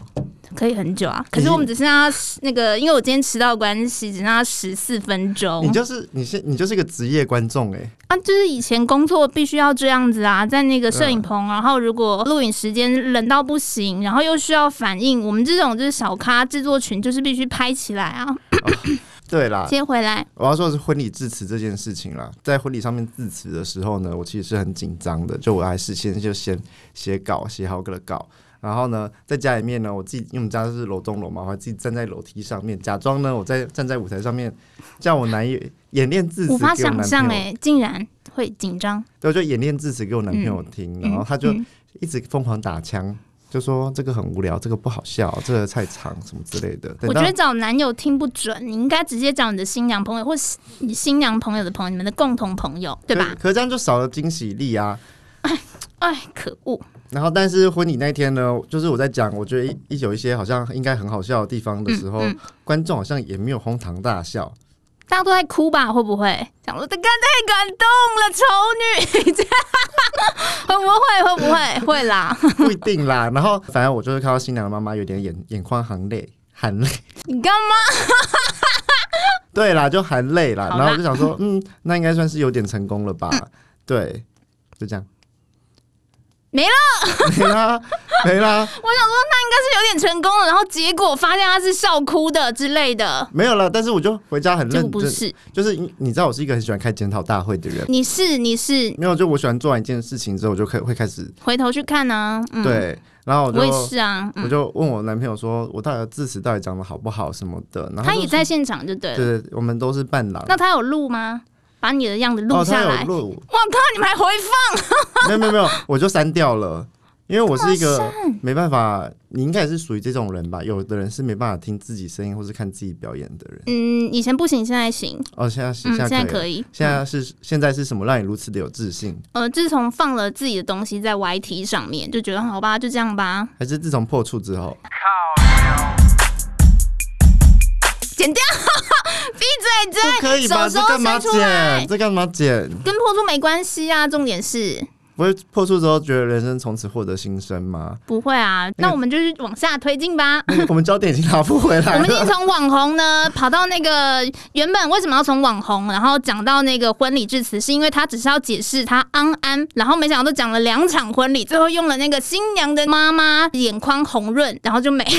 [SPEAKER 2] 可以很久啊。可是我们只剩下10那个，因为我今天迟到的关系，只剩下十四分钟
[SPEAKER 1] 你就是你是你就是一个职业观众哎、
[SPEAKER 2] 啊。就是以前工作必须要这样子啊，在那个摄影
[SPEAKER 1] 嗯
[SPEAKER 2] 棚，然后如果录影时间冷到不行，然后又需要反应，我们这种就是小咖制作群，就是必须拍起来啊，
[SPEAKER 1] 对啦，
[SPEAKER 2] 接回来。
[SPEAKER 1] 我要说的是婚礼致辞这件事情啦，在婚礼上面致辞的时候呢，我其实是很紧张的，就我还事先就先写稿，写好个稿，然后呢，在家里面呢，我自己因为我们家是楼中楼嘛，我还自己站在楼梯上面，假装呢我在站在舞台上面，叫我男友演练致辞
[SPEAKER 2] 无法
[SPEAKER 1] 给我
[SPEAKER 2] 想
[SPEAKER 1] 男
[SPEAKER 2] 象
[SPEAKER 1] 朋
[SPEAKER 2] 哎、
[SPEAKER 1] 友，
[SPEAKER 2] 竟然会紧张。
[SPEAKER 1] 对，我就演练致辞给我男朋友听，然后他就
[SPEAKER 2] 嗯
[SPEAKER 1] 一直疯狂打枪。就说这个很无聊，这个不好笑，这个太长什么之类的。等
[SPEAKER 2] 我
[SPEAKER 1] 到
[SPEAKER 2] 觉得找男友听不准，你应该直接找你的新娘朋友，或是你新娘朋友的朋友，你们的共同朋友，对吧
[SPEAKER 1] 可？可这样就少了惊喜力啊。
[SPEAKER 2] 哎，可恶！
[SPEAKER 1] 然后，但是婚礼那天呢，就是我在讲，我觉得一一有一些好像应该很好笑的地方的时
[SPEAKER 2] 嗯
[SPEAKER 1] 候，观众好像也没有哄堂大
[SPEAKER 2] [laughs]
[SPEAKER 1] 笑。
[SPEAKER 2] 大家都在哭吧？会不会？想说这个太感动了，丑女， [laughs] 这样会不会？会不会？会啦！
[SPEAKER 1] 不一定啦。然后，反正我就是看到新娘的妈妈有点眼眼眶含泪，含泪。 [laughs]
[SPEAKER 2] 你干嘛？
[SPEAKER 1] 对啦，就含泪啦。
[SPEAKER 2] 好啦嗯
[SPEAKER 1] 然后我就想说，嗯，那应该算是有点成功了吧？对，就这样。
[SPEAKER 2] 没
[SPEAKER 1] 了，没啦，没啦，
[SPEAKER 2] 我想说那应该是有点成功了，然后结果发现他是笑哭的之类的，
[SPEAKER 1] 没有了。但是我就回家很
[SPEAKER 2] 结
[SPEAKER 1] 认
[SPEAKER 2] 果
[SPEAKER 1] 真，
[SPEAKER 2] 不是。
[SPEAKER 1] 就是你你知道我是一个很喜欢开检讨大会的人。
[SPEAKER 2] 你是你是
[SPEAKER 1] 没有，就我喜欢做完一件事情之后，我就开会开始
[SPEAKER 2] 回头去看啊，嗯，，
[SPEAKER 1] 对，然后我就
[SPEAKER 2] 我也是啊，
[SPEAKER 1] 我
[SPEAKER 2] 嗯，
[SPEAKER 1] 就问我男朋友说，我到底字词到底讲的好不好什么的，然后
[SPEAKER 2] 他
[SPEAKER 1] 就
[SPEAKER 2] 也在现场就对了。
[SPEAKER 1] 对对，我们都是伴郎。
[SPEAKER 2] 那他有录吗？把你的样子录
[SPEAKER 1] 哦，
[SPEAKER 2] 下
[SPEAKER 1] 他
[SPEAKER 2] 来。
[SPEAKER 1] 有录，
[SPEAKER 2] 我靠，你们还回放？
[SPEAKER 1] 没有没有没
[SPEAKER 2] [laughs]
[SPEAKER 1] 有，我就删掉了，因为我是一个没办法，你应该也是属于这种人吧？有的人是没办法听自己声音或是看自己表演的人。
[SPEAKER 2] 嗯，以前不行，现在行。
[SPEAKER 1] 哦，现在是
[SPEAKER 2] 嗯，
[SPEAKER 1] 现
[SPEAKER 2] 现在
[SPEAKER 1] 在可以了。
[SPEAKER 2] 可以。
[SPEAKER 1] 现在是现在是什么让你如此的有自信？
[SPEAKER 2] 呃，自从放了自己的东西在 YT 上面，就觉得好吧，就这样吧，
[SPEAKER 1] 还是自从破处之后？
[SPEAKER 2] 剪掉， [laughs] 闭嘴嘴，
[SPEAKER 1] 不可以吧？
[SPEAKER 2] 手
[SPEAKER 1] 这
[SPEAKER 2] 手
[SPEAKER 1] 干嘛
[SPEAKER 2] 伸出来
[SPEAKER 1] 剪？这干嘛剪？
[SPEAKER 2] 跟破处没关系啊。重点是
[SPEAKER 1] 不会破处之后觉得人生从此获得新生吗？ [laughs]
[SPEAKER 2] 不会啊，那我们就是往下推进吧。
[SPEAKER 1] 那个我们焦点已经拿不回
[SPEAKER 2] [laughs] 我
[SPEAKER 1] 来
[SPEAKER 2] 们已经
[SPEAKER 1] 了。
[SPEAKER 2] 从网红呢跑到那个原本为什么要从网红，然后讲到那个婚礼致辞，是因为他只是要解释他安安，然后没想到都讲了两场婚礼，最后用了那个新娘的妈妈眼眶红润，然后就没。
[SPEAKER 1] [laughs]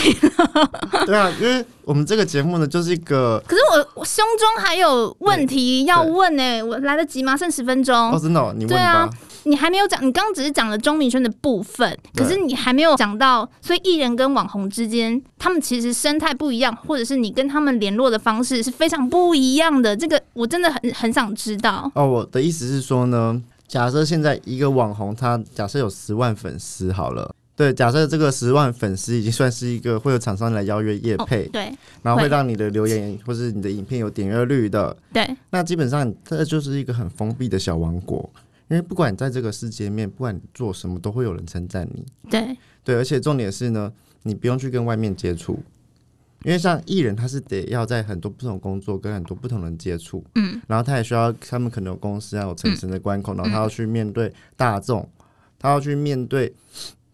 [SPEAKER 1] 对啊，因为我们这个节目呢，就是一个
[SPEAKER 2] 可是我我胸中还有问题要问呢、我来得及吗？剩十分钟，
[SPEAKER 1] 哦，真的哦、你问
[SPEAKER 2] 对
[SPEAKER 1] 吧
[SPEAKER 2] 啊。你还没有讲，你刚刚只是讲了钟明轩的部分，
[SPEAKER 1] 对
[SPEAKER 2] 可是你还没有讲到，所以艺人跟网红之间，他们其实生态不一样，或者是你跟他们联络的方式是非常不一样的。这个我真的很很想知道。
[SPEAKER 1] 哦，我的意思是说呢，假设现在一个网红，他假设有十万粉丝好了，对，假设这个十万粉丝已经算是一个会有厂商来邀约业配，
[SPEAKER 2] 哦对
[SPEAKER 1] 然后会
[SPEAKER 2] 会
[SPEAKER 1] 让你的留言或是你的影片有点阅率的，
[SPEAKER 2] 对，
[SPEAKER 1] 那基本上这就是一个很封闭的小王国，因为不管你在这个世界面，不管你做什么，都会有人称赞你。
[SPEAKER 2] 对，
[SPEAKER 1] 对，而且重点是呢，你不用去跟外面接触，因为像艺人他是得要在很多不同工作跟很多不同人接触，嗯，然后他也需要他们可能有公司啊有层层的关口，然后他要去面对大众，他要去面对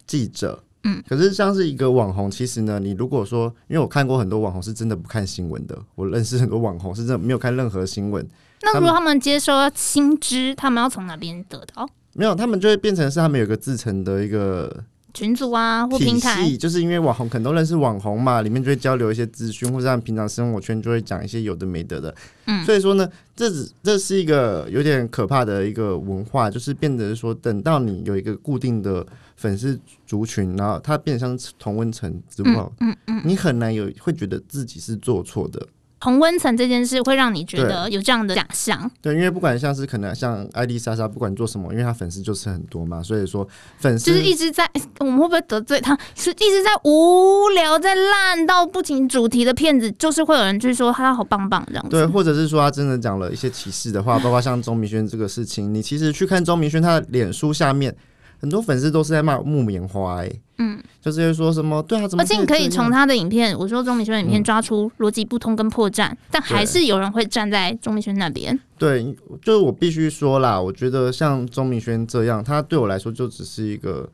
[SPEAKER 1] 记者。嗯，可是像是一个网红，其实呢，你如果说，因为我看过很多网红是真的不看新闻的，我认识很多网红是真的没有看任何新闻，
[SPEAKER 2] 那
[SPEAKER 1] 他
[SPEAKER 2] 如
[SPEAKER 1] 们
[SPEAKER 2] 果他们接收到新知，他们要从哪边得到？
[SPEAKER 1] 没有，他们就会变成是他们有个自成的一个
[SPEAKER 2] 群组啊，或
[SPEAKER 1] 体
[SPEAKER 2] 平台？
[SPEAKER 1] 系，就是因为网红可能都认识网红嘛，里面就会交流一些资讯，或者他们平常生活圈就会讲一些有的没得的。
[SPEAKER 2] 嗯
[SPEAKER 1] 所以说呢，这只这是一个有点可怕的一个文化，就是变得是说，等到你有一个固定的粉丝族群，然后它变得像同温层之后，嗯嗯你很难有会觉得自己是做错的。
[SPEAKER 2] 同温层这件事会让你觉得有这样的假象，
[SPEAKER 1] 对，因为不管像是可能像艾丽莎莎，不管做什么，因为她粉丝就是很多嘛，所以说粉丝
[SPEAKER 2] 就是一直在我们会不会得罪他？是一直在无聊、在烂到不停主题的骗子，就是会有人去说他好棒棒这样子。
[SPEAKER 1] 对，或者是说他真的讲了一些歧视的话，包括像钟明轩这个事情，你其实去看钟明轩他的脸书下面，很多粉丝都是在骂木棉花、欸，嗯，就是会说什么对啊，怎么
[SPEAKER 2] 而且你可以
[SPEAKER 1] 这样嗯
[SPEAKER 2] 从他的影片，我说钟明轩的影片抓出逻辑不通跟破绽，但还是有人会站在钟明轩那边。
[SPEAKER 1] 对，就是我必须说啦，我觉得像钟明轩这样，他对我来说就只是一个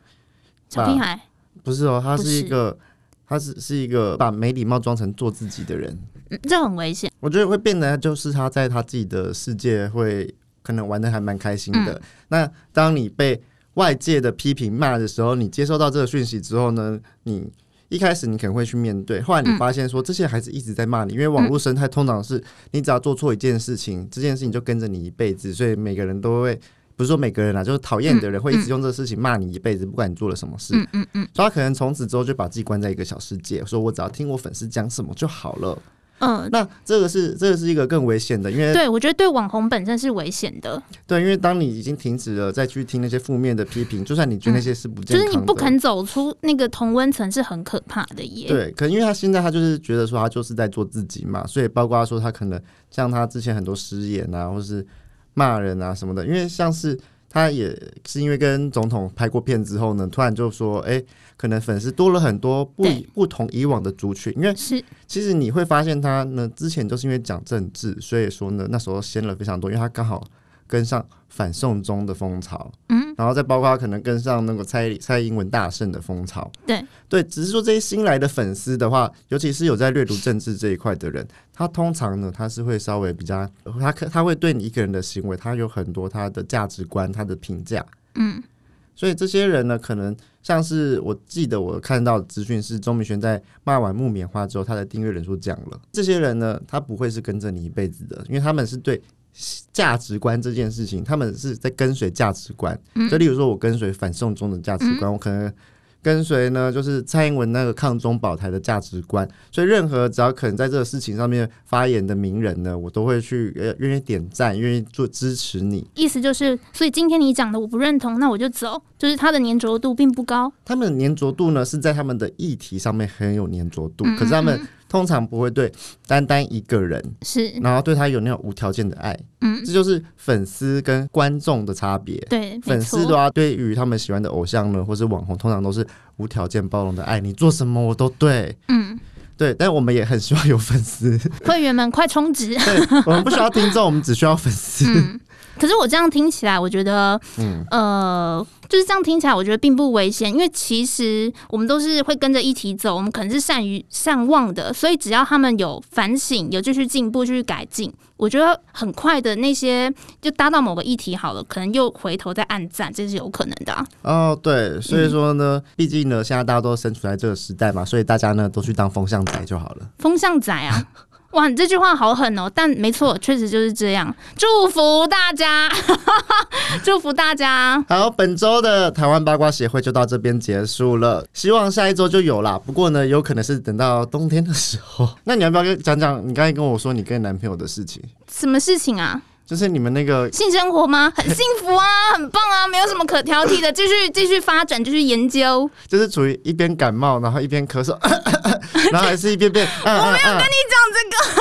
[SPEAKER 2] 小屁孩，
[SPEAKER 1] 不是哦，他
[SPEAKER 2] 不
[SPEAKER 1] 是一
[SPEAKER 2] 是
[SPEAKER 1] 个他是是一个把没礼貌装成做自己的人，
[SPEAKER 2] 嗯这很危险。
[SPEAKER 1] 我觉得会变得就是他在他自己的世界会可能玩的还蛮开心的。那当你被外界的批评骂的时候，你接收到这个讯息之后呢，你一开始你可能会去面对，后来你发现说这些孩子一直在骂你，因为网络生态通常是你只要做错一件事情，这件事情就跟着你一辈子，所以每个人都会。不是说每个人啦，就是讨厌你的人会一直用这个事情骂你一辈子，不管你做了什么事。嗯嗯嗯。所以他可能从此之后就把自己关在一个小世界，说我只要听我粉丝讲什么就好了。
[SPEAKER 2] 嗯，
[SPEAKER 1] 那这个是这个是一个更危险的，因为
[SPEAKER 2] 对，我觉得对网红本身是危险的，
[SPEAKER 1] 对，因为当你已经停止了再去听那些负面的批评，就算你觉得那些是不健
[SPEAKER 2] 嗯就
[SPEAKER 1] 康
[SPEAKER 2] 是
[SPEAKER 1] 的，
[SPEAKER 2] 你不肯走出那个同温层是很可怕的耶。
[SPEAKER 1] 对，可能因为他现在他就是觉得说他就是在做自己嘛，所以包括他说他可能像他之前很多失言啊，或是骂人啊什么的，因为像是他也是因为跟总统拍过片之后呢，突然就说，哎、可能粉丝多了很多不
[SPEAKER 2] 对
[SPEAKER 1] 不同以往的族群，因为
[SPEAKER 2] 是
[SPEAKER 1] 其实你会发现他呢，之前就是因为讲政治，所以说呢，那时候掀了非常多，因为他刚好跟上反送中的风潮。
[SPEAKER 2] 嗯，
[SPEAKER 1] 然后再包括可能跟上那个蔡蔡英文大胜的风潮。
[SPEAKER 2] 对
[SPEAKER 1] 对，只是说这些新来的粉丝的话，尤其是有在阅读政治这一块的人，他通常呢，他是会稍微比较，他可他会对你一个人的行为，他有很多他的价值观、他的评价。
[SPEAKER 2] 嗯，
[SPEAKER 1] 所以这些人呢，可能像是我记得我看到的资讯是钟明轩在骂完木棉花之后，他的订阅人数降了。这些人呢，他不会是跟着你一辈子的，因为他们是对价值观这件事情，他们是在跟随价值观。就例如说，我跟随反送中的价值观，我可能。跟随呢，就是蔡英文那个抗中保台的价值观，所以任何只要可能在这个事情上面发言的名人呢，我都会去呃愿意点赞，愿意做支持你。
[SPEAKER 2] 意思就是，所以今天你讲的我不认同，那我就走，就是它的粘着度并不高。
[SPEAKER 1] 他们的粘着度呢是在他们的议题上面很有粘着
[SPEAKER 2] 嗯
[SPEAKER 1] 度，可是他们通常不会对单单一个人，
[SPEAKER 2] 是，
[SPEAKER 1] 然后对他有那种无条件的爱，
[SPEAKER 2] 嗯，
[SPEAKER 1] 这就是粉丝跟观众的差别。
[SPEAKER 2] 对，没
[SPEAKER 1] 粉丝的
[SPEAKER 2] 错，
[SPEAKER 1] 话，对于他们喜欢的偶像呢，或是网红，通常都是无条件包容的爱，你做什么我都对，
[SPEAKER 2] 嗯，
[SPEAKER 1] 对。但我们也很希望有粉
[SPEAKER 2] [laughs]
[SPEAKER 1] 丝，
[SPEAKER 2] 会员们快充值。 [laughs]
[SPEAKER 1] 对我们不需要听众，我们只需要粉丝。
[SPEAKER 2] 嗯，可是我这样听起来，我觉得，
[SPEAKER 1] 嗯
[SPEAKER 2] 呃，就是这样听起来，我觉得并不危险，因为其实我们都是会跟着一起走，我们可能是善于善忘的，所以只要他们有反省，有继续进步，继续改进，我觉得很快的那些就搭到某个议题好了，可能又回头再暗赞，这是有可能的、啊。
[SPEAKER 1] 哦，对，所以说呢，
[SPEAKER 2] 嗯
[SPEAKER 1] 毕竟呢，现在大家都身处在这个时代嘛，所以大家呢都去当风向仔就好了。
[SPEAKER 2] 风向
[SPEAKER 1] [laughs]
[SPEAKER 2] 仔啊。哇，你这句话好狠哦！但没错，确实就是这样。祝福大家， [laughs] 祝福大家。
[SPEAKER 1] 好，本周的台湾八卦协会就到这边结束了，希望下一周就有啦。不过呢，有可能是等到冬天的时候。那你要不要跟讲讲你刚才跟我说你跟你男朋友的事情？
[SPEAKER 2] 什么事情啊？
[SPEAKER 1] 就是你们那个
[SPEAKER 2] 性生活吗？很幸福啊，很棒啊，没有什么可
[SPEAKER 1] [laughs]
[SPEAKER 2] 挑剔的。继续继续发展，继续研究。
[SPEAKER 1] 就是处于一边感冒，然后一边咳嗽， [laughs] 然后还是一边变。嗯嗯嗯，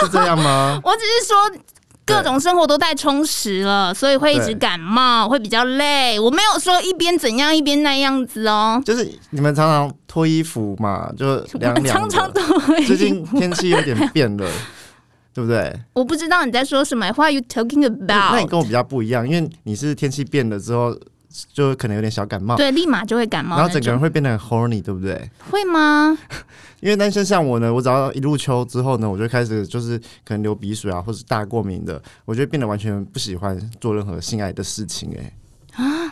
[SPEAKER 2] 你
[SPEAKER 1] 是这样吗？
[SPEAKER 2] 我只是说。各种生活都太充实了，所以会一直
[SPEAKER 1] 对
[SPEAKER 2] 感冒，会比较累。我没有说一边怎样一边那样子哦，
[SPEAKER 1] 就是你们常常脱衣服嘛，就凉
[SPEAKER 2] 我
[SPEAKER 1] 凉的。
[SPEAKER 2] 常 [laughs] 常都
[SPEAKER 1] 最近天气有点变了， [laughs] 对不对？
[SPEAKER 2] 我不知道你在说什么。What are you talking
[SPEAKER 1] 那你
[SPEAKER 2] about？
[SPEAKER 1] 跟我比较不一样，因为你是天气变了之后，就可能有点小感冒，
[SPEAKER 2] 对，立马就会感冒
[SPEAKER 1] 然
[SPEAKER 2] 那
[SPEAKER 1] 后
[SPEAKER 2] 种。
[SPEAKER 1] 整个人会变得很 horny，对不对？
[SPEAKER 2] 会吗？
[SPEAKER 1] 因为男生像我呢，我只要一入秋之后呢，我就开始就是可能流鼻水啊，或是大过敏的，我就会变得完全不喜欢做任何性爱的事情、哎，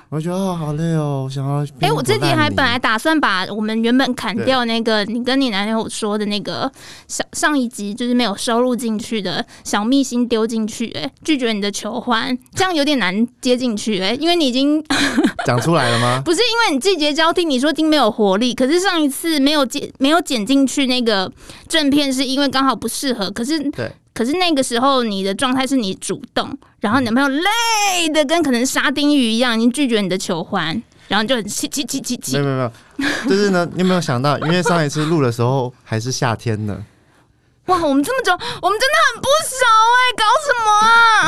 [SPEAKER 1] 我就觉得哦，好累哦，我想要。
[SPEAKER 2] 啊哎、我这
[SPEAKER 1] 这
[SPEAKER 2] 题还本来打算把我们原本砍掉那个你跟你男友说的那个上上一集就是没有收录进去的小秘辛丢进去、哎，拒绝你的求欢，这样有点难接进去、哎，因为你已经 [coughs]
[SPEAKER 1] 讲出来了
[SPEAKER 2] [laughs]
[SPEAKER 1] 吗？
[SPEAKER 2] 不是因为你季节交替，你说丁没有活力，可是上一次没有剪没有剪进去那个正片，是因为刚好不适合，可是。
[SPEAKER 1] 对，
[SPEAKER 2] 可是那个时候你的状态是你主动，然后你男朋友累的跟可能沙丁鱼一样，已经拒绝你的求欢，然后你就很气气气气气
[SPEAKER 1] 没有没有没有，就是呢，你有没有想到，因为上一次录的时候还是夏天呢，
[SPEAKER 2] 哇，我们这么久，我们真的很不熟哎、搞什么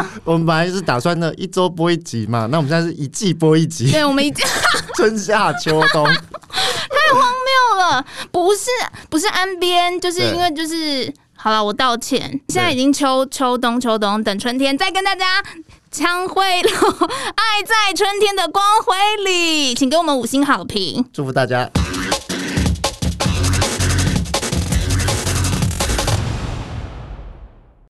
[SPEAKER 2] 啊？
[SPEAKER 1] 我们本来就是打算呢一周播一集嘛，那我们现在是一季播一集， [laughs]
[SPEAKER 2] 对，我们已经
[SPEAKER 1] 春夏秋冬。
[SPEAKER 2] 没有了，不是不是岸边，就是
[SPEAKER 1] 对
[SPEAKER 2] 因为就是好了，我道歉，现在已经秋秋冬秋冬，等春天再跟大家。枪会 [laughs] 了，爱在春天的光辉里，请给我们五星好评。
[SPEAKER 1] 祝福大家。